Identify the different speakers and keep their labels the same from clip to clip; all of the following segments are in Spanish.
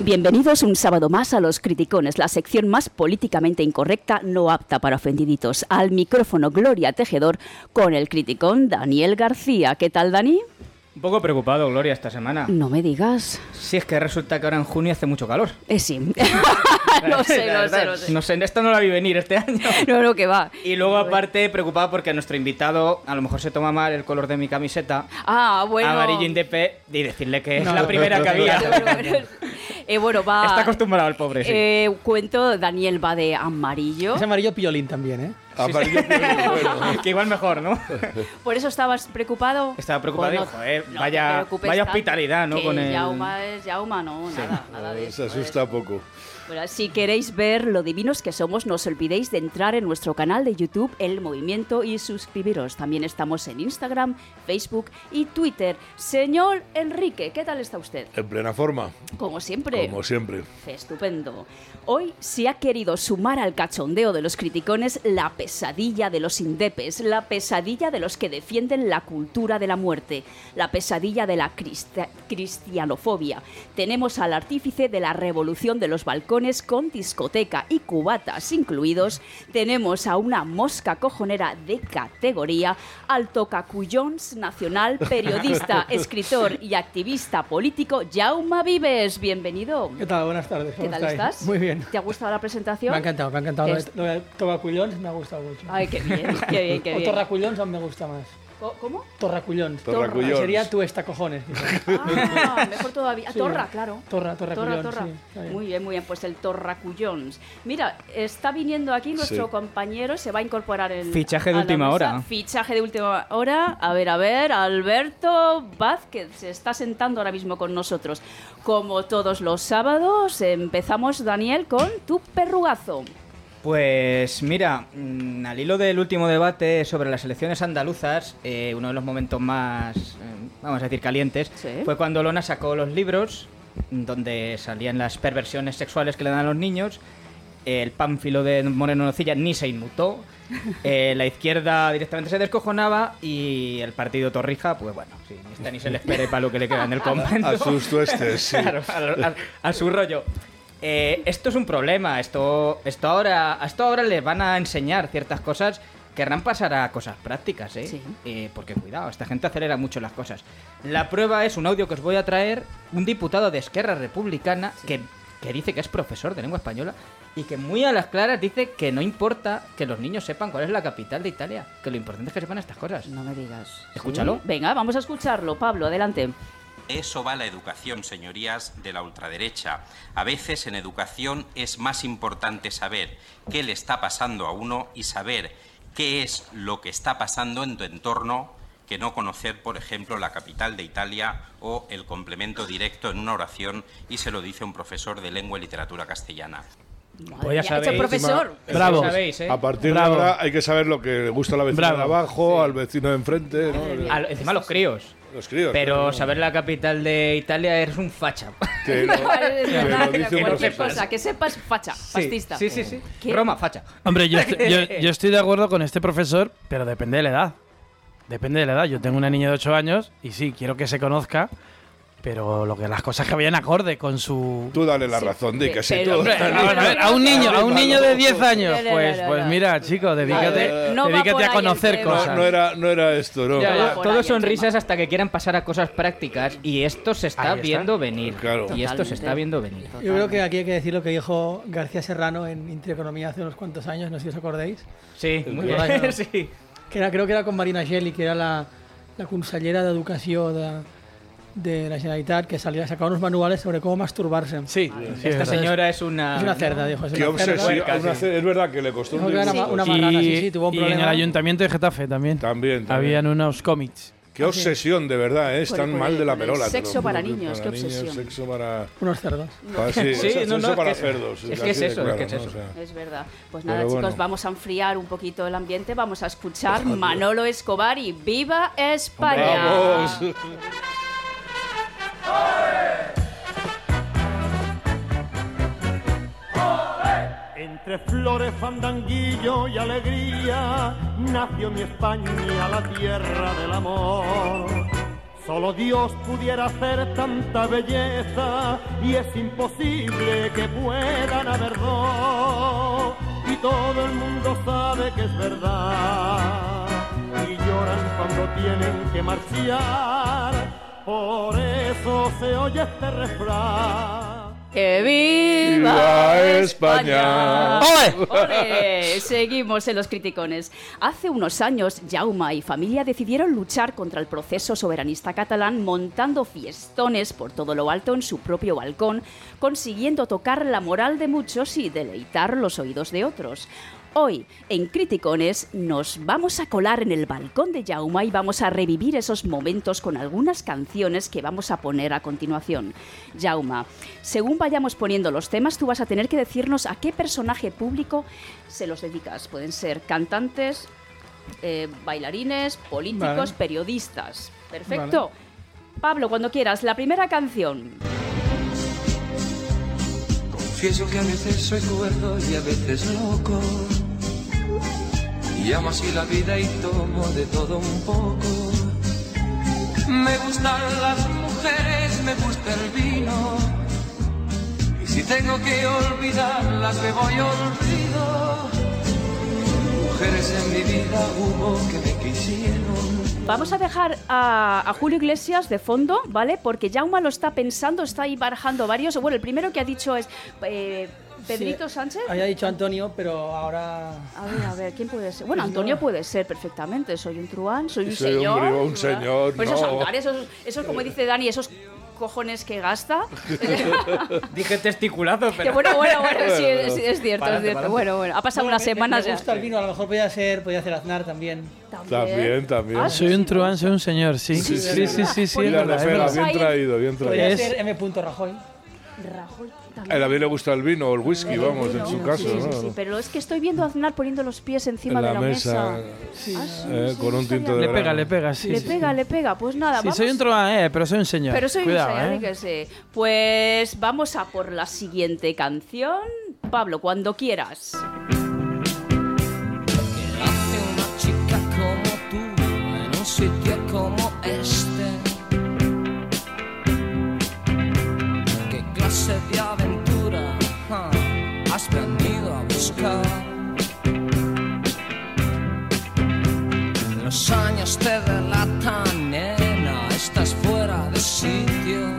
Speaker 1: Bienvenidos un sábado más a Los Criticones, la sección más políticamente incorrecta, no apta para ofendiditos. Al micrófono Gloria Tejedor con el criticón Daniel García. ¿Qué tal, Dani?
Speaker 2: Un poco preocupado, Gloria, esta semana.
Speaker 1: No me digas.
Speaker 2: Si es que resulta que ahora en junio hace mucho calor.
Speaker 1: Eh, sí. lo sé,
Speaker 2: La
Speaker 1: lo
Speaker 2: verdad,
Speaker 1: sé, lo sé.
Speaker 2: No sé, esta no la vi venir este año.
Speaker 1: No, no, que va.
Speaker 2: Y luego, aparte, preocupado porque nuestro invitado a lo mejor se toma mal el color de mi camiseta,
Speaker 1: Ah, bueno.
Speaker 2: amarillo indepé, y decirle que es
Speaker 3: No,
Speaker 2: la
Speaker 3: no,
Speaker 2: primera
Speaker 3: no,
Speaker 2: que
Speaker 3: no,
Speaker 2: había.
Speaker 3: no,
Speaker 1: Eh, bueno, va.
Speaker 2: Está acostumbrado el pobre, sí.
Speaker 1: Eh, cuento, Daniel va de amarillo.
Speaker 3: Es amarillo piolín también, ¿eh?
Speaker 4: Amarillo pero bueno.
Speaker 2: Que igual mejor, ¿no?
Speaker 1: ¿Por eso estabas preocupado?
Speaker 2: Estaba preocupado,
Speaker 1: Pues
Speaker 2: dijo, eh,
Speaker 1: no te
Speaker 2: vaya-
Speaker 1: preocupes
Speaker 2: vaya
Speaker 1: tanto,
Speaker 2: hospitalidad, ¿no?
Speaker 1: que
Speaker 2: con el-
Speaker 1: Jaume es Jaume, no, nada, nada de
Speaker 4: Eh,
Speaker 1: eh.
Speaker 4: Se
Speaker 1: eso, pues.
Speaker 4: asusta poco.
Speaker 1: Bueno, si queréis ver lo divinos que somos, no os olvidéis de entrar en nuestro canal de YouTube El Movimiento y suscribiros. También estamos en Instagram, Facebook y Twitter. Señor Enrique, ¿qué tal está usted?
Speaker 4: En plena forma,
Speaker 1: Como siempre.
Speaker 4: como siempre.
Speaker 1: Estupendo. Hoy se ha querido sumar al cachondeo de los criticones la pesadilla de los indepes, la pesadilla de los que defienden la cultura de la muerte, la pesadilla de la crista- cristianofobia. Tenemos al artífice de la revolución de los balcones con discoteca y cubatas incluidos. Tenemos a una mosca cojonera de categoría, al tocacullons nacional, periodista, escritor y activista político Jauma Vives. Bienvenido.
Speaker 3: ¿Qué tal? Buenas tardes.
Speaker 1: ¿Qué
Speaker 3: ¿cómo
Speaker 1: tal
Speaker 3: estáis?
Speaker 1: estás?
Speaker 3: Muy bien.
Speaker 1: ¿Te ha gustado la presentación?
Speaker 3: Me ha encantado, me ha encantado. Lo de-
Speaker 1: Es-
Speaker 3: Lo de Tobacullón me ha gustado mucho.
Speaker 1: Ay, qué bien, qué bien, qué
Speaker 3: o
Speaker 1: bien.
Speaker 3: Torracullón aún me gusta más.
Speaker 1: Co- ¿Cómo?
Speaker 3: Torracullón.
Speaker 4: Torracullón.
Speaker 3: Sería tu esta cojones. quizás.
Speaker 1: Ah, mejor todavía. Ah,
Speaker 3: Sí.
Speaker 1: Torra, claro.
Speaker 3: Torra, Torra
Speaker 1: Torra,
Speaker 3: Cullón,
Speaker 1: Torra.
Speaker 3: sí, está bien.
Speaker 1: muy bien, muy bien. Pues el Torracullons. Mira, está viniendo aquí nuestro
Speaker 4: Sí.
Speaker 1: compañero, se va a incorporar el.
Speaker 2: Fichaje de
Speaker 1: a la
Speaker 2: última
Speaker 1: mesa.
Speaker 2: hora.
Speaker 1: Fichaje de última hora. A ver, a ver, Alberto Vázquez se está sentando ahora mismo con nosotros. Como todos los sábados, empezamos, Daniel, con tu perrugazo.
Speaker 2: Pues mira, mm, al hilo del último debate sobre las elecciones andaluzas, eh, uno de los momentos más, eh, vamos a decir, calientes,
Speaker 1: Sí.
Speaker 2: fue cuando Lona sacó los libros mm, donde salían las perversiones sexuales que le dan a los niños. El pánfilo de Moreno Nocilla ni se inmutó. eh, la izquierda directamente se descojonaba y el partido Torrija, pues bueno, sí, ni está ni se le espere para lo que le queda en el convento.
Speaker 4: Asusto este, sí.
Speaker 2: Claro, al- al- a su rollo. Eh, esto es un problema. Esto, esto ahora, a esto ahora les van a enseñar ciertas cosas. Querrán pasar a cosas prácticas, ¿eh?
Speaker 1: Sí.
Speaker 2: Eh, Porque cuidado, esta gente acelera mucho las cosas. La prueba es un audio que os voy a traer. Un diputado de Esquerra Republicana que, que dice que es profesor de lengua española y que muy a las claras dice que no importa que los niños sepan cuál es la capital de Italia. Que lo importante es que sepan estas cosas.
Speaker 1: No me digas.
Speaker 2: Escúchalo.
Speaker 1: Sí. Venga, vamos a escucharlo. Pablo, adelante.
Speaker 5: De eso va la educación, señorías, de la ultraderecha. A veces en educación es más importante saber qué le está pasando a uno y saber qué es lo que está pasando en tu entorno que no conocer, por ejemplo, la capital de Italia o el complemento directo en una oración y se lo dice un profesor de lengua y literatura castellana.
Speaker 2: Pues ya
Speaker 1: Madre mía, es el
Speaker 2: sabéis.
Speaker 1: profesor.
Speaker 4: Encima,
Speaker 2: Ya
Speaker 6: Bravo.
Speaker 2: sabéis, ¿eh?
Speaker 4: A partir
Speaker 6: Bravo.
Speaker 4: de ahora hay que saber lo que le gusta a la vecina
Speaker 6: Bravo.
Speaker 4: de abajo, al vecino de enfrente, ¿no?
Speaker 2: A- encima los críos.
Speaker 4: los críos.
Speaker 2: Pero saber la capital de Italia eres un facha.
Speaker 4: Te lo-
Speaker 1: Es
Speaker 4: te
Speaker 1: verdad,
Speaker 4: lo
Speaker 1: que
Speaker 4: dice un
Speaker 2: cualquier
Speaker 4: profesor.
Speaker 1: cosa, que sepas facha, fascista.
Speaker 2: Sí, sí, sí.
Speaker 1: ¿Qué?
Speaker 2: Roma, facha.
Speaker 6: Hombre, yo, est- yo- yo estoy de acuerdo con este profesor, pero depende de la edad. Depende de la edad. Yo tengo una niña de 8 años y sí, quiero que se conozca, pero lo que las cosas que vayan acorde con su...
Speaker 4: Tú dale la razón, di
Speaker 1: Pe-
Speaker 4: que sí.
Speaker 1: pero-
Speaker 4: tú.
Speaker 6: Hombre, vamos a ver, a un niño, a un niño de 10
Speaker 1: No,
Speaker 6: años.
Speaker 1: no, no,
Speaker 6: Pues,
Speaker 1: no,
Speaker 6: pues
Speaker 1: no.
Speaker 6: mira, chico, dedícate,
Speaker 1: no va por
Speaker 6: dedícate
Speaker 1: ahí
Speaker 6: a
Speaker 1: el
Speaker 6: conocer
Speaker 1: tema.
Speaker 4: No,
Speaker 6: cosas.
Speaker 4: no era, no era esto, ¿no?
Speaker 1: Ya, ya.
Speaker 2: Todos
Speaker 1: el
Speaker 2: son
Speaker 1: tema.
Speaker 2: risas hasta que quieran pasar a cosas prácticas y esto se está
Speaker 6: Ahí está.
Speaker 2: viendo venir.
Speaker 4: Claro.
Speaker 2: Y esto
Speaker 1: Totalmente.
Speaker 2: se está viendo venir.
Speaker 3: Yo creo que aquí hay que decir lo que dijo García Serrano en Intereconomía hace unos cuantos años, no sé si os acordáis.
Speaker 2: Sí, muy
Speaker 3: Por ahí,
Speaker 2: bien.
Speaker 3: ¿no?
Speaker 2: sí.
Speaker 3: que era, creo que era con Marina Geli, que era la, la consellera d'Educació de, de la Generalitat, que salía, sacaba unos manuales sobre cómo masturbarse.
Speaker 6: Sí, sí,
Speaker 2: Esta
Speaker 6: es verdad.
Speaker 2: señora es una.
Speaker 3: Es una cerda, dijo. Es
Speaker 4: Qué
Speaker 3: una cerda.
Speaker 4: obsesión. una ce- Es verdad que le costó
Speaker 3: No,
Speaker 4: un
Speaker 3: que era
Speaker 4: disgusto.
Speaker 3: una- marrana,
Speaker 6: Y-
Speaker 3: sí, sí, tuvo un
Speaker 6: y en
Speaker 3: problema.
Speaker 6: el ayuntamiento de Getafe también.
Speaker 4: También, también.
Speaker 6: Habían unos cómics.
Speaker 4: Qué obsesión, de verdad, ¿eh?
Speaker 1: Con-
Speaker 4: Están
Speaker 1: con
Speaker 4: mal
Speaker 1: el-
Speaker 4: de la
Speaker 1: con el
Speaker 4: perola. te lo
Speaker 1: sexo
Speaker 4: juro,
Speaker 1: para
Speaker 4: que
Speaker 1: niños, qué
Speaker 4: niños,
Speaker 1: obsesión.
Speaker 4: Sexo para...
Speaker 3: Unos cerdos.
Speaker 4: Ah, sí,
Speaker 2: Sí,
Speaker 4: eso-
Speaker 2: no,
Speaker 4: eso
Speaker 2: no,
Speaker 4: para
Speaker 2: es que-
Speaker 4: cerdos.
Speaker 2: es que
Speaker 4: así
Speaker 2: es
Speaker 4: de
Speaker 2: eso, es
Speaker 4: claro,
Speaker 2: que es
Speaker 4: ¿no?
Speaker 2: eso.
Speaker 4: O sea,
Speaker 1: Es verdad. Pues nada,
Speaker 4: Pero
Speaker 1: chicos,
Speaker 4: bueno. Pues
Speaker 1: vamos a enfriar un poquito el ambiente, vamos a escuchar Manolo Escobar y ¡Viva España!
Speaker 4: ¡Vamos!
Speaker 7: Entre flores, fandanguillo y alegría nació mi España, la tierra del amor. Solo Dios pudiera hacer tanta belleza y es imposible que puedan haber dos. Y todo el mundo sabe que es verdad y lloran cuando tienen que marchar. Por eso se oye este refrán.
Speaker 1: ¡Que viva
Speaker 4: ¡Viva
Speaker 1: España!
Speaker 4: España!
Speaker 1: ¡Ole! Seguimos en los criticones. Hace unos años, Jauma y familia decidieron luchar contra el proceso soberanista catalán montando fiestones por todo lo alto en su propio balcón, consiguiendo tocar la moral de muchos y deleitar los oídos de otros. Hoy, en Criticones, nos vamos a colar en el balcón de Jauma y vamos a revivir esos momentos con algunas canciones que vamos a poner a continuación. Jauma, según vayamos poniendo los temas, tú vas a tener que decirnos a qué personaje público se los dedicas. Pueden ser cantantes, eh, bailarines, políticos,
Speaker 3: Vale.
Speaker 1: periodistas. Perfecto. Pablo, cuando quieras, la primera canción.
Speaker 8: Confieso que a veces soy cuerdo y a veces loco. Y amo así la vida y tomo de todo un poco. Me gustan las mujeres, me gusta el vino. Y si tengo que olvidarlas, me voy olvido. Mujeres en mi vida hubo que me quisieron.
Speaker 1: Vamos a dejar a, a Julio Iglesias de fondo, ¿vale? Porque Jauma lo está pensando, está ahí barajando varios. Bueno, el primero que ha dicho es eh, Pedrito
Speaker 3: Sí,
Speaker 1: Sánchez.
Speaker 3: Había dicho Antonio, pero ahora...
Speaker 1: A ver, a ver, ¿quién puede ser? Bueno, Antonio puede ser perfectamente. Soy un truán, soy un
Speaker 4: Soy un
Speaker 1: señor.
Speaker 4: griego, un
Speaker 1: ¿verdad?
Speaker 4: señor,
Speaker 1: Pues esos
Speaker 4: no.
Speaker 1: andares, esos, esos, como dice Dani, esos cojones que gasta.
Speaker 2: Dije testiculazo,
Speaker 1: que
Speaker 2: pero.
Speaker 1: bueno, bueno, bueno, sí,
Speaker 4: Bueno,
Speaker 1: es, es cierto, es
Speaker 2: Pa'lante,
Speaker 1: cierto.
Speaker 2: pa'lante.
Speaker 1: Bueno, bueno, ha pasado
Speaker 3: Bueno,
Speaker 1: unas
Speaker 3: me- me-
Speaker 1: semanas
Speaker 3: Me
Speaker 1: ya.
Speaker 3: gusta el vino, a lo mejor podía ser, podía ser Aznar también.
Speaker 4: También, también.
Speaker 1: Ah,
Speaker 6: Soy un truán, soy un señor, sí.
Speaker 1: Sí,
Speaker 6: Sí,
Speaker 1: sí,
Speaker 6: sí,
Speaker 1: sí.
Speaker 6: sí, sí, sí,
Speaker 1: Pues
Speaker 6: es
Speaker 1: Mira,
Speaker 4: Mira,
Speaker 6: verdad, es
Speaker 4: Nefera,
Speaker 6: verdad.
Speaker 4: bien
Speaker 1: Ahí-
Speaker 4: traído, bien traído.
Speaker 3: Podía
Speaker 6: Es-
Speaker 3: ser M. Rajoy.
Speaker 1: Rajoy
Speaker 4: A
Speaker 1: también.
Speaker 4: él le gusta el vino o el whisky, vamos, en su caso.
Speaker 1: Sí, sí,
Speaker 4: ¿no?
Speaker 1: sí, pero es que estoy viendo a Aznar poniendo los pies encima
Speaker 4: En
Speaker 1: de
Speaker 4: la
Speaker 1: la
Speaker 4: mesa,
Speaker 1: Ah, sí,
Speaker 4: eh,
Speaker 1: sí,
Speaker 4: con
Speaker 1: no
Speaker 4: un tinto
Speaker 1: sabía.
Speaker 4: de
Speaker 6: Le pega,
Speaker 4: verano.
Speaker 6: le pega, sí.
Speaker 1: le
Speaker 6: sí.
Speaker 1: pega, le pega. Pues nada,
Speaker 6: Sí,
Speaker 1: vamos.
Speaker 6: soy un truán, eh, pero soy un señor.
Speaker 1: Pero soy
Speaker 6: Cuidado,
Speaker 1: un señor,
Speaker 6: eh.
Speaker 1: y que sí. Pues vamos a por la siguiente canción. Pablo, cuando quieras.
Speaker 8: hace una chica como tú en un sitio como este? ¿Qué clase de aventura ah, has venido a buscar? Los años te delatan, nena, estás fuera de sitio.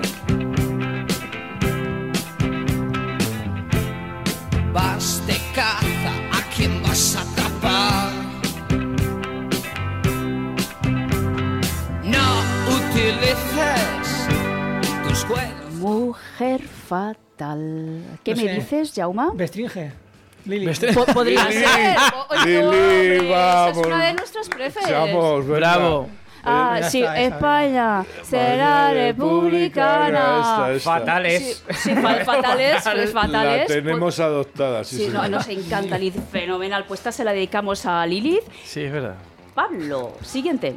Speaker 8: vas de caza, ¿a quién vas a atrapar? No utilices tus huevos.
Speaker 1: Mujer fatal. ¿Qué
Speaker 3: No
Speaker 1: me
Speaker 3: sé.
Speaker 1: dices, Jauma?
Speaker 3: Bestringe. Lili.
Speaker 6: Bestringe.
Speaker 1: Po- Podría
Speaker 4: Lili,
Speaker 1: ser. O- oye,
Speaker 4: Lili,
Speaker 1: hombre, esa Es
Speaker 4: vamos. eh,
Speaker 1: una de nuestras prefes.
Speaker 4: Vamos, venga.
Speaker 6: Bravo.
Speaker 1: Ah,
Speaker 3: Ya
Speaker 1: sí,
Speaker 3: está, esa,
Speaker 1: España será republicana.
Speaker 4: Esta, esta.
Speaker 2: Fatales.
Speaker 1: Sí, fal- fatales, los
Speaker 4: La
Speaker 1: fatales. pues,
Speaker 4: tenemos adoptada, sí,
Speaker 1: ¿eh? Sí, no,
Speaker 4: señor.
Speaker 1: nos encanta, Liz. Fenomenal. Pues esta se la dedicamos a Lilith.
Speaker 6: Sí, es verdad.
Speaker 1: Pablo, siguiente.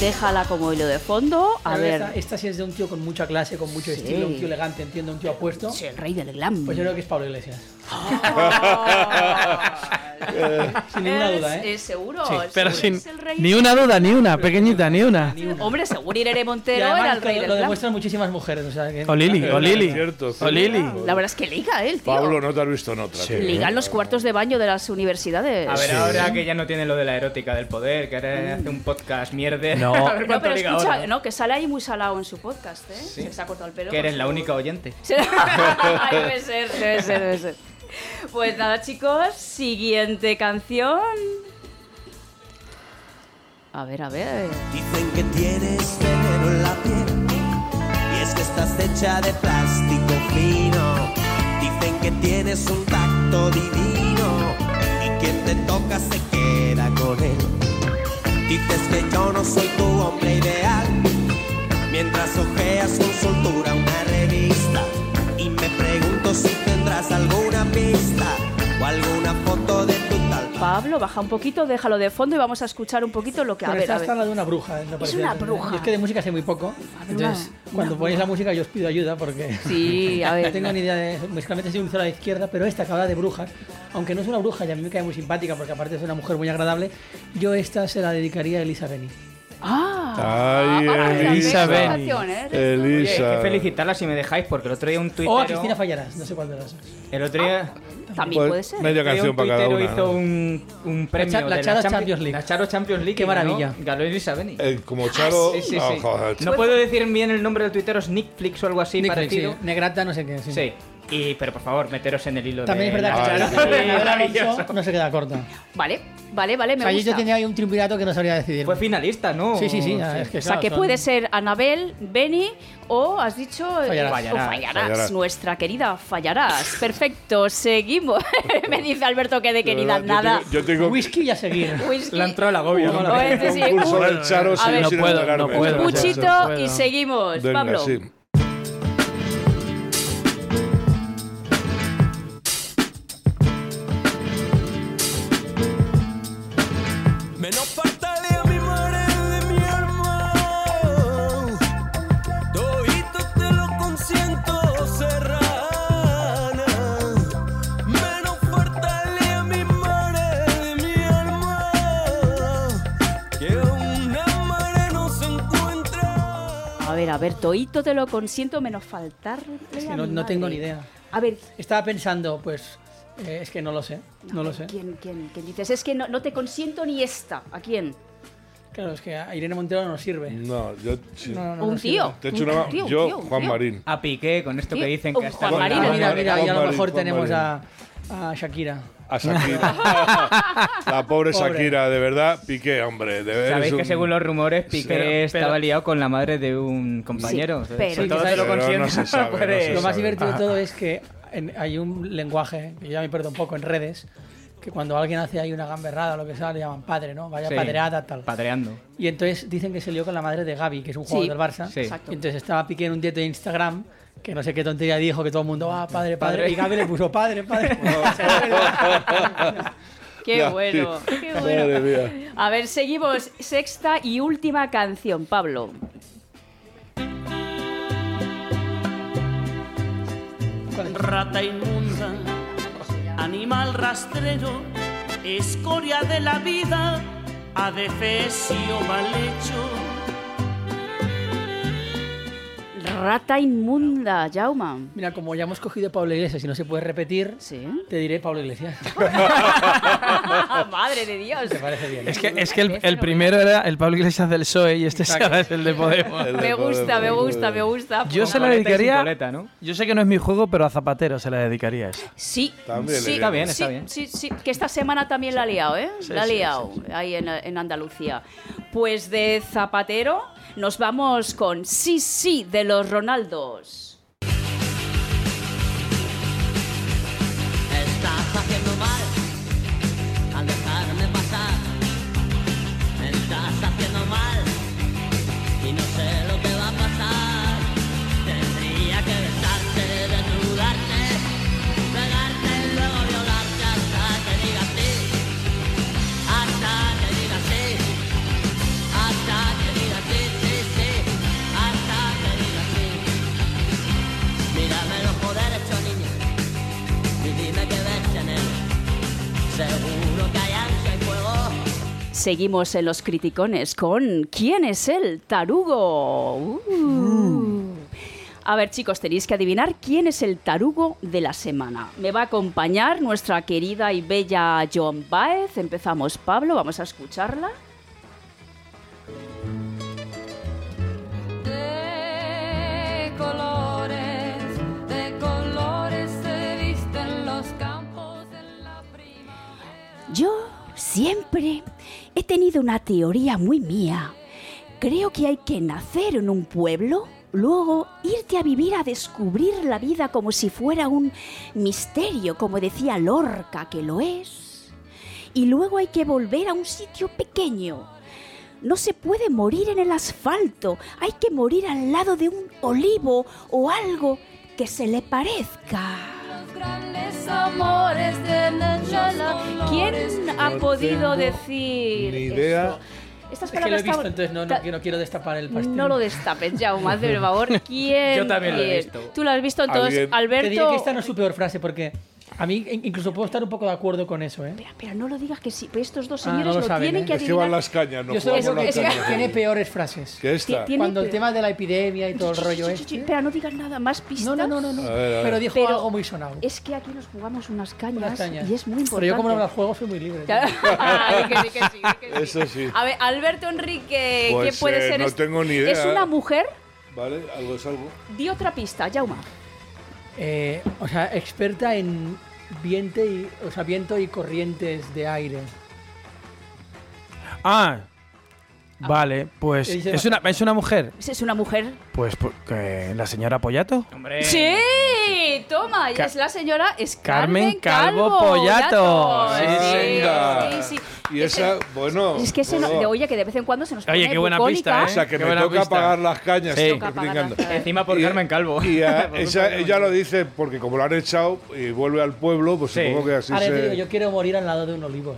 Speaker 1: Déjala como hilo de fondo. A
Speaker 3: Claro,
Speaker 1: ver.
Speaker 3: Esta, esta sí es de un tío con mucha clase, con mucho estilo, un tío elegante, entiendo, un tío apuesto.
Speaker 1: Es el rey del glam.
Speaker 3: Pues yo creo que es Pablo Iglesias. Sin ninguna
Speaker 1: Es-
Speaker 3: duda, ¿eh?
Speaker 1: es seguro.
Speaker 6: Sí,
Speaker 1: es
Speaker 6: pero
Speaker 1: seguro.
Speaker 6: sin
Speaker 1: Es el rey
Speaker 6: ni una duda, ni una, pequeñita, ni una.
Speaker 1: del- Hombre, seguro Irene
Speaker 3: Y
Speaker 1: Montero
Speaker 3: además
Speaker 1: era el
Speaker 3: lo-
Speaker 1: rey del
Speaker 3: lo
Speaker 1: glam.
Speaker 3: demuestran muchísimas mujeres, o sea que...
Speaker 6: O Lili, o Lili.
Speaker 4: Cierto, cierto.
Speaker 6: O Lili.
Speaker 1: La verdad es que liga, ¿eh, el tío.
Speaker 4: Pablo, no te has visto en otra. tío.
Speaker 1: Liga en los cuartos de baño de las universidades.
Speaker 2: A ver, ahora que ya no tiene lo de la erótica del poder, que ahora hace un podcast mierde.
Speaker 6: No.
Speaker 2: a ver
Speaker 1: No,
Speaker 2: cuánto
Speaker 1: pero
Speaker 2: liga
Speaker 1: escucha,
Speaker 2: ahora.
Speaker 1: no, que sale ahí muy salado en su podcast, ¿eh? Se les ha cortado el pelo.
Speaker 2: Que eres la única oyente.
Speaker 1: Sí. debe ser, debe ser, debe ser. Pues nada, chicos, siguiente canción. A ver, a ver.
Speaker 9: Dicen que tienes veneno en la piel y es que estás hecha de plástico fino. Dicen que tienes un tacto divino y quien te toca se queda con él. Dices que yo no soy tu hombre ideal mientras ojeas con soltura una revista y me pregunto
Speaker 1: Pablo, baja un poquito, déjalo de fondo y vamos a escuchar un poquito lo que... A
Speaker 3: Pero
Speaker 1: ver,
Speaker 3: esta
Speaker 1: a
Speaker 3: está
Speaker 1: ver.
Speaker 3: la de una bruja. Es, lo parecido.
Speaker 1: una bruja.
Speaker 3: Yo es que de música sé muy poco. Entonces,
Speaker 1: una
Speaker 3: cuando ponéis la música yo os pido ayuda porque...
Speaker 1: Sí, a
Speaker 3: No
Speaker 1: ver.
Speaker 3: tengo ni idea de... Musicalmente soy un cero a la izquierda, pero esta que habla de brujas, aunque no es una bruja y a mí me cae muy simpática porque aparte es una mujer muy agradable, yo esta se la dedicaría a Elisa Beni.
Speaker 1: Ah,
Speaker 4: Ay,
Speaker 1: ah, también
Speaker 4: Elisa
Speaker 1: esa
Speaker 6: Beni.
Speaker 1: canción, ¿eh?
Speaker 2: Oye, es que
Speaker 4: Elisa.
Speaker 2: felicitarla si me dejáis, porque el otro día un tuitero...
Speaker 3: O a Cristina Fallarás, no sé cuál de las dos.
Speaker 2: El otro día...
Speaker 1: También
Speaker 4: Pues,
Speaker 1: puede ser.
Speaker 4: Media
Speaker 2: el otro día
Speaker 4: canción
Speaker 2: un
Speaker 4: para cada
Speaker 2: tuitero
Speaker 4: una.
Speaker 2: hizo
Speaker 4: ¿no?
Speaker 2: un, un premio
Speaker 3: Cha- la
Speaker 2: de
Speaker 3: Charo Champions League.
Speaker 2: La Charo Champions League.
Speaker 3: Qué
Speaker 2: y ganó-
Speaker 3: maravilla.
Speaker 2: Ganó, Elisa Beni.
Speaker 4: Eh, como Charo.
Speaker 2: Sí, sí,
Speaker 4: ah,
Speaker 2: sí.
Speaker 4: joder,
Speaker 2: No puedo decir bien el nombre del tuitero, es Nickflix o algo así
Speaker 3: Nick Fury,
Speaker 2: parecido.
Speaker 3: sí. Negrata, no sé qué. Sí.
Speaker 2: Sí. Y, pero por favor, meteros en el hilo
Speaker 3: También es
Speaker 2: de-
Speaker 3: verdad que
Speaker 4: Ah,
Speaker 3: Charo-
Speaker 4: sí.
Speaker 3: Isabel Alonso
Speaker 2: Maravilloso.
Speaker 3: no se queda corta.
Speaker 1: Vale, vale, vale,
Speaker 3: O
Speaker 1: me
Speaker 3: sea, yo-
Speaker 1: gusta.
Speaker 3: yo tenía ahí un triunvirato que no sabría decidir.
Speaker 2: Fue finalista, ¿no?
Speaker 3: Sí, sí, sí. ah, Es que,
Speaker 1: O sea,
Speaker 3: claro,
Speaker 1: que
Speaker 3: son-
Speaker 1: puede ser Anabel, Benny o, has dicho, eh,
Speaker 3: Fallarás.
Speaker 1: o
Speaker 2: Fallarás,
Speaker 1: Fallarás,
Speaker 4: Fallarás.
Speaker 1: nuestra querida Fallarás. Perfecto, seguimos. Me dice Alberto que de
Speaker 4: de
Speaker 1: querida
Speaker 4: verdad, yo
Speaker 1: nada.
Speaker 4: tengo- Yo tengo
Speaker 3: Whisky y a seguir.
Speaker 1: Whisky,
Speaker 2: Le ha entrado el agobio.
Speaker 1: un-
Speaker 2: ¿no?
Speaker 1: o es decir,
Speaker 4: un curso
Speaker 1: un-
Speaker 4: del Charo
Speaker 1: a ver,
Speaker 4: sin
Speaker 1: no
Speaker 4: sin
Speaker 6: puedo, no
Speaker 4: enterarme.
Speaker 6: puedo.
Speaker 1: un cuchito
Speaker 6: puedo.
Speaker 1: y seguimos.
Speaker 4: Venga,
Speaker 1: Pablo.
Speaker 4: sí.
Speaker 9: Menos partale a mi madre de mi alma. Todito te lo consiento, serrana. Menos partale a mi madre de mi alma. Que una madre no se encuentra.
Speaker 1: A ver, a ver, Toito te lo consiento menos faltar. Es
Speaker 3: que no- no tengo ni idea.
Speaker 1: A ver,
Speaker 3: Estaba pensando, pues, eh, es que no lo sé, no lo sé.
Speaker 1: ¿quién, quién, quién dices? Es que no, no te consiento ni esta. ¿A quién?
Speaker 3: Claro, es que a Irene Montero no nos sirve.
Speaker 4: No, yo. sí.
Speaker 3: No, no, no
Speaker 1: un
Speaker 3: nos
Speaker 1: tío.
Speaker 4: Te he hecho
Speaker 1: Un
Speaker 4: una.
Speaker 1: tío, un
Speaker 4: Yo,
Speaker 1: tío, un
Speaker 4: Juan
Speaker 1: tío.
Speaker 4: Marín.
Speaker 2: A Piqué, con esto que dicen
Speaker 1: Oh,
Speaker 2: que está...
Speaker 1: Juan Marín,
Speaker 3: sirve.
Speaker 4: Ah,
Speaker 3: Mira,
Speaker 4: Juan
Speaker 3: mira, y a lo
Speaker 4: Marín,
Speaker 3: mejor
Speaker 4: Juan
Speaker 3: tenemos
Speaker 4: Marín.
Speaker 3: a, a Shakira.
Speaker 4: A Shakira. la pobre Shakira, de verdad, piqué, hombre. De verdad,
Speaker 2: Sabéis
Speaker 4: es
Speaker 2: que
Speaker 4: un-
Speaker 2: según los rumores, Piqué
Speaker 6: Pero- pero-
Speaker 2: estaba liado con la madre de un compañero.
Speaker 1: Sí, pero-
Speaker 2: Si todo te lo
Speaker 4: Pero no
Speaker 2: consiento,
Speaker 4: se sabe, no
Speaker 2: puedes-
Speaker 4: se
Speaker 3: Lo
Speaker 4: sabe.
Speaker 3: más divertido de todo es que en- hay un lenguaje, que yo ya me pierdo un poco en redes, que cuando alguien hace ahí una gamberrada o lo que sea, le llaman padre, ¿no? Vaya
Speaker 2: Sí.
Speaker 3: padreada, tal.
Speaker 2: Padreando.
Speaker 3: Y entonces dicen que se lió con la madre de Gaby, que es un jugador del Barça.
Speaker 2: sí.
Speaker 1: Exacto.
Speaker 3: Y entonces estaba Piqué en un directo de Instagram, que no sé qué tontería dijo, que todo el mundo, ah, padre, padre.
Speaker 2: Padre.
Speaker 3: Y Gaby le puso padre, padre.
Speaker 1: Qué
Speaker 4: Ya,
Speaker 1: bueno,
Speaker 4: sí.
Speaker 1: qué
Speaker 4: Madre
Speaker 1: bueno.
Speaker 4: mía.
Speaker 1: A ver, seguimos. Sexta y última canción, Pablo.
Speaker 10: Rata inmunda, animal rastrero, escoria de la vida, adefesio mal hecho.
Speaker 1: Rata inmunda, Jauma.
Speaker 3: Mira, como ya hemos cogido Pablo Iglesias y no se puede repetir,
Speaker 1: Sí.
Speaker 3: te diré Pablo Iglesias.
Speaker 1: Madre de Dios.
Speaker 3: ¿Te parece bien?
Speaker 6: Es que, es que el, el primero era el Pablo Iglesias del PSOE y este ahora es el de Podemos.
Speaker 4: El de
Speaker 1: Me gusta, me
Speaker 4: Podemos, el de
Speaker 1: gusta, me
Speaker 4: Podemos.
Speaker 1: gusta.
Speaker 6: Yo
Speaker 1: Pues
Speaker 6: se la
Speaker 1: nada.
Speaker 2: Coleta y sin
Speaker 6: dedicaría-
Speaker 2: coleta, ¿no?
Speaker 6: Yo sé que no es mi juego, pero a Zapatero se la dedicaría esa.
Speaker 1: Sí,
Speaker 4: También
Speaker 1: sí,
Speaker 4: le
Speaker 2: Está bien, está
Speaker 1: sí,
Speaker 2: bien.
Speaker 1: sí, sí, que esta semana también la ha liado, ¿eh? la ha
Speaker 6: sí,
Speaker 1: liado ahí en, en Andalucía. Pues de Zapatero nos vamos con Sí, sí, de los Ronaldos.
Speaker 9: Estás haciendo mal al dejarme pasar. Estás haciendo mal y no sé lo que va a pasar. Tendría que besarte, desnudarte, pegarte y luego violarte hasta que digas sí. Hasta que digas sí. Hasta que digas sí, sí, sí. Hasta que digas sí. Mírame los poderes, hecho niña y dime que ves en él. Seguro que hay ansia y fuego.
Speaker 1: Seguimos en los criticones con ¿Quién es el tarugo? Uh. A ver, chicos, tenéis que adivinar quién es el tarugo de la semana. Me va a acompañar nuestra querida y bella Joan Baez. Empezamos, Pablo, vamos a escucharla.
Speaker 11: De colores, de colores se visten los campos en la primavera.
Speaker 1: Yo siempre he tenido una teoría muy mía. Creo que hay que nacer en un pueblo, luego irte a vivir a descubrir la vida como si fuera un misterio, como decía Lorca que lo es. Y luego hay que volver a un sitio pequeño. No se puede morir en el asfalto, hay que morir al lado de un olivo o algo que se le parezca.
Speaker 11: Los
Speaker 12: grandes amores de Nayala.
Speaker 1: ¿Quién ha
Speaker 3: No
Speaker 1: podido
Speaker 3: tengo
Speaker 1: decir
Speaker 3: ni idea.
Speaker 1: eso? Estas
Speaker 3: Es que lo he
Speaker 1: palabras
Speaker 3: visto,
Speaker 1: estaban-
Speaker 3: entonces no, no,
Speaker 1: ta-
Speaker 3: quiero, no quiero destapar el pastel.
Speaker 1: No lo destapes, Jaume, hazme el favor. ¿Quién?
Speaker 3: Yo también lo he
Speaker 1: quién?
Speaker 3: visto.
Speaker 1: Tú lo has visto, entonces,
Speaker 3: Te diré
Speaker 1: Alberto.
Speaker 3: que esta no es su peor frase porque a mí in- incluso puedo estar un poco de acuerdo con eso, ¿eh?
Speaker 1: Pero no lo digas que sí, pero estos dos
Speaker 3: Ah,
Speaker 1: señores
Speaker 3: no lo
Speaker 1: lo,
Speaker 3: saben,
Speaker 1: tienen
Speaker 3: ¿eh?
Speaker 1: que
Speaker 3: Es que
Speaker 1: adivinar.
Speaker 3: van las
Speaker 4: cañas,
Speaker 3: Yo solo digo que tiene peores frases.
Speaker 4: ¿Qué esta?
Speaker 1: Ti- tiene
Speaker 3: Cuando el
Speaker 1: peor-
Speaker 3: tema de la epidemia y todo el
Speaker 1: Ch, ch,
Speaker 3: rollo
Speaker 1: ch, ch,
Speaker 3: este.
Speaker 1: ch, Espera, no digas nada, más pistas. No,
Speaker 3: no, no,
Speaker 4: A ver, a ver.
Speaker 3: Pero dijo algo muy sonado.
Speaker 1: Es que aquí nos jugamos unas cañas,
Speaker 3: Unas cañas.
Speaker 1: y es muy importante.
Speaker 3: Pero yo como no me las juego soy muy libre.
Speaker 1: Ay, que sí, que sí.
Speaker 4: Eso sí.
Speaker 1: A ver, Alberto Enrique,
Speaker 4: Pues,
Speaker 1: ¿qué puede
Speaker 4: eh,
Speaker 1: ser
Speaker 4: no
Speaker 1: esto?
Speaker 4: tengo ni idea.
Speaker 1: ¿Es una mujer?
Speaker 4: ¿Vale? Algo es algo.
Speaker 1: Di otra pista, Jauma.
Speaker 3: Eh, o sea, experta en viento y, o sea, viento y corrientes de aire.
Speaker 6: Ah, vale, pues.
Speaker 3: Dice-
Speaker 6: ¿Es una, ¿Es una mujer?
Speaker 1: ¿Es una mujer?
Speaker 6: Pues, pues, que- la señora Pollato.
Speaker 2: Hombre.
Speaker 1: Sí, toma,
Speaker 6: Ca-
Speaker 1: es la señora es
Speaker 6: Carmen Calvo
Speaker 1: Pollato.
Speaker 6: Pollato. Sí,
Speaker 4: Venga.
Speaker 1: sí, sí.
Speaker 4: Y esa, bueno.
Speaker 1: Es que se no-
Speaker 4: bueno.
Speaker 1: de- oye, que de vez en cuando se nos
Speaker 6: Oye,
Speaker 1: pone
Speaker 6: qué buena
Speaker 1: bucólica.
Speaker 6: pista, ¿eh?
Speaker 4: O sea, que
Speaker 6: Qué
Speaker 4: me
Speaker 6: buena
Speaker 4: toca
Speaker 6: pista.
Speaker 4: pagar las cañas.
Speaker 6: Sí.
Speaker 4: estoy
Speaker 1: Toca pagar
Speaker 4: brincando.
Speaker 1: las cañas.
Speaker 2: Encima por Carmen Calvo.
Speaker 4: Y a-
Speaker 2: Por culpa
Speaker 4: esa,
Speaker 2: de
Speaker 4: ella lo dice porque como lo han echado y vuelve al pueblo, pues
Speaker 2: Sí.
Speaker 4: supongo que así
Speaker 3: Ahora
Speaker 4: se...
Speaker 3: te digo, yo quiero morir al lado de un olivo. ¿eh?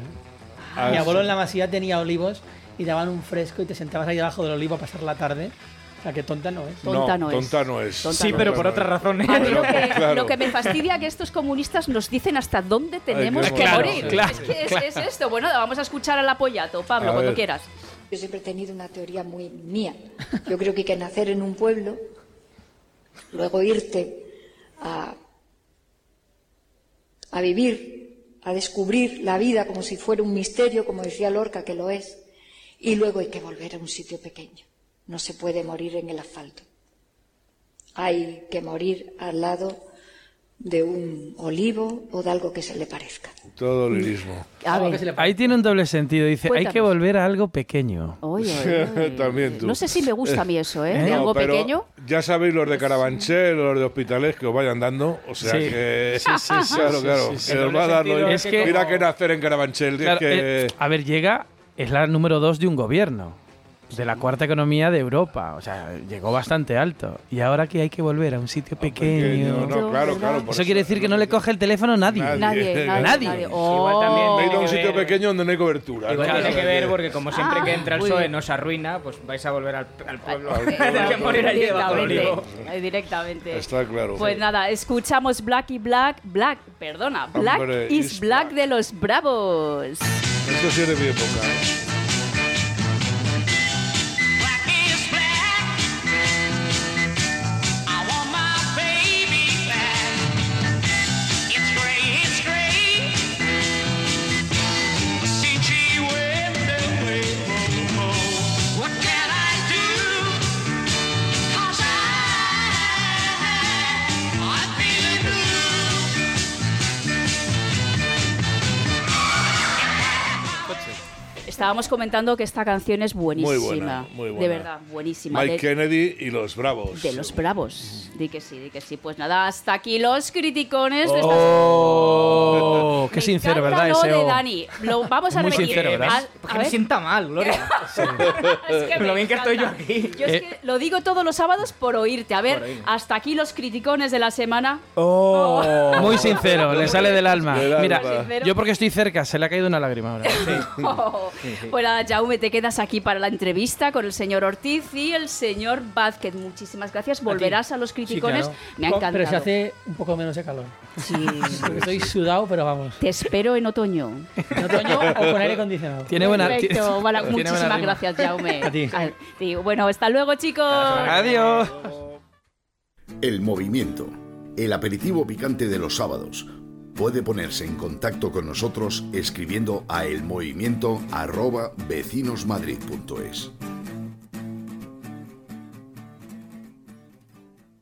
Speaker 4: Ah,
Speaker 3: Mi
Speaker 4: sí.
Speaker 3: abuelo en la masía tenía olivos y daban un fresco y te sentabas ahí debajo del olivo a pasar la tarde. O sea, que tonta no es.
Speaker 1: Tonta no, es.
Speaker 4: Tonta no es.
Speaker 1: Tonta
Speaker 2: Sí,
Speaker 1: no
Speaker 2: pero
Speaker 1: es.
Speaker 2: por otras razones.
Speaker 1: A mí lo
Speaker 4: Pero,
Speaker 1: que,
Speaker 4: claro.
Speaker 1: lo que me fastidia que estos comunistas nos dicen hasta dónde tenemos
Speaker 4: Ay, qué
Speaker 1: que
Speaker 4: bueno.
Speaker 1: morir.
Speaker 4: Claro,
Speaker 1: es que es, es esto. Bueno, vamos a escuchar al apoyato, Pablo,
Speaker 4: A
Speaker 1: cuando
Speaker 4: ver.
Speaker 1: quieras.
Speaker 8: Yo siempre he tenido una teoría muy mía. Yo creo que hay que nacer en un pueblo, luego irte a, a vivir, a descubrir la vida como si fuera un misterio, como decía Lorca que lo es, y luego hay que volver a un sitio pequeño. No se puede morir en el asfalto. Hay que morir al lado de un olivo o de algo que se le parezca.
Speaker 4: Todo lirismo.
Speaker 1: A ver.
Speaker 6: Ahí tiene un doble sentido. Dice, hay que
Speaker 1: Cuéntanos.
Speaker 6: volver a algo pequeño.
Speaker 1: Oye, oye.
Speaker 4: También tú.
Speaker 1: Eh, No sé si me gusta a mí eso, ¿eh? De
Speaker 4: No,
Speaker 1: algo
Speaker 4: pero
Speaker 1: pequeño.
Speaker 4: Ya sabéis los de Carabanchel, los de hospitales que os vayan dando. O sea
Speaker 6: Sí.
Speaker 4: que.
Speaker 6: Sí, sí, sí,
Speaker 4: claro,
Speaker 6: sí,
Speaker 4: claro.
Speaker 6: sí, sí.
Speaker 4: que
Speaker 6: En
Speaker 4: os va a
Speaker 6: doble
Speaker 4: dar
Speaker 6: sentido
Speaker 4: rollo.
Speaker 6: es que-
Speaker 4: Mira que nacer en Carabanchel. es
Speaker 6: Claro,
Speaker 4: que-
Speaker 6: eh, a ver, llega, es la número dos de un gobierno, de la cuarta economía de Europa. O sea, llegó bastante alto. Y ahora que hay que volver a un sitio pequeño.
Speaker 4: pequeño, Ah, no, claro, claro, por
Speaker 6: Eso quiere decir que no le coge el teléfono nadie.
Speaker 1: Nadie, nadie.
Speaker 6: Nadie.
Speaker 1: nadie.
Speaker 2: Igual también
Speaker 4: Me
Speaker 1: Oh.
Speaker 4: he ido a un
Speaker 2: que
Speaker 4: sitio
Speaker 2: ver.
Speaker 4: pequeño donde no hay cobertura.
Speaker 2: Igual
Speaker 4: ¿no?
Speaker 2: tiene que ver
Speaker 4: Claro.
Speaker 2: porque como siempre que entra el
Speaker 6: Ah,
Speaker 1: muy
Speaker 2: PSOE
Speaker 1: bien.
Speaker 2: nos arruina, pues vais a volver al, al pueblo.
Speaker 4: Al
Speaker 2: Tenéis que
Speaker 4: pueblo.
Speaker 2: poner ahí debajo del olivo.
Speaker 1: Directamente. eh, Directamente.
Speaker 4: Está claro.
Speaker 1: Pues nada, escuchamos Black y Black, Black, perdona, Black
Speaker 4: Hombre,
Speaker 1: is,
Speaker 4: is
Speaker 1: Black de los Bravos.
Speaker 4: Eso sí es de mi época. ¿eh?
Speaker 5: I want my baby back. It's gray, it's gray. See, she went away. Oh, oh. What can I do? 'Cause I- I feel it blue.
Speaker 1: Estábamos comentando que esta canción es buenísima.
Speaker 4: Muy buena, muy buena.
Speaker 1: De verdad, buenísima.
Speaker 4: Mike
Speaker 1: De-
Speaker 4: Kennedy y los Bravos.
Speaker 1: De los bravos. Di que sí, di que sí. Pues nada, hasta aquí los criticones de esta
Speaker 6: Oh, qué
Speaker 1: Me
Speaker 6: sincero,
Speaker 1: encanta
Speaker 6: ¿verdad?
Speaker 1: lo
Speaker 6: Ese
Speaker 1: de
Speaker 6: oh.
Speaker 1: Dani. Lo vamos a
Speaker 6: Muy
Speaker 1: repetir.
Speaker 6: sincero, ¿verdad?
Speaker 1: A-
Speaker 2: Es
Speaker 1: a
Speaker 2: que me
Speaker 1: ver,
Speaker 2: sienta mal, Gloria.
Speaker 1: es que me
Speaker 2: Lo bien que estoy yo
Speaker 1: encanta.
Speaker 2: aquí.
Speaker 1: Yo
Speaker 6: Eh.
Speaker 1: es que lo digo todos los sábados por oírte. A ver,
Speaker 2: Por oírme.
Speaker 1: hasta aquí los criticones de la semana.
Speaker 6: Oh. Muy sincero, le sale del alma.
Speaker 4: Del alma.
Speaker 6: Mira,
Speaker 1: Sincero.
Speaker 6: yo porque estoy cerca, se le ha caído una lágrima ahora.
Speaker 1: Pues nada, Jaume, te quedas aquí para la entrevista con el señor Ortiz y el señor Vázquez. Muchísimas gracias. Volverás a, los criticones.
Speaker 3: claro.
Speaker 1: Me ha
Speaker 3: Con-
Speaker 1: encantado.
Speaker 3: Pero se hace un poco menos de calor.
Speaker 1: Sí.
Speaker 3: Porque estoy sudado, pero vamos.
Speaker 1: Te espero en otoño.
Speaker 3: En otoño o con aire acondicionado.
Speaker 6: Tiene buena.
Speaker 1: Perfecto. Vale,
Speaker 6: tiene buena
Speaker 1: muchísimas
Speaker 6: rima.
Speaker 1: gracias, Jaume.
Speaker 3: A ti.
Speaker 1: A ti. Bueno, hasta luego, chicos.
Speaker 6: Adiós.
Speaker 7: El movimiento, el aperitivo picante de los sábados, puede ponerse en contacto con nosotros escribiendo a elmovimiento@vecinosmadrid.es.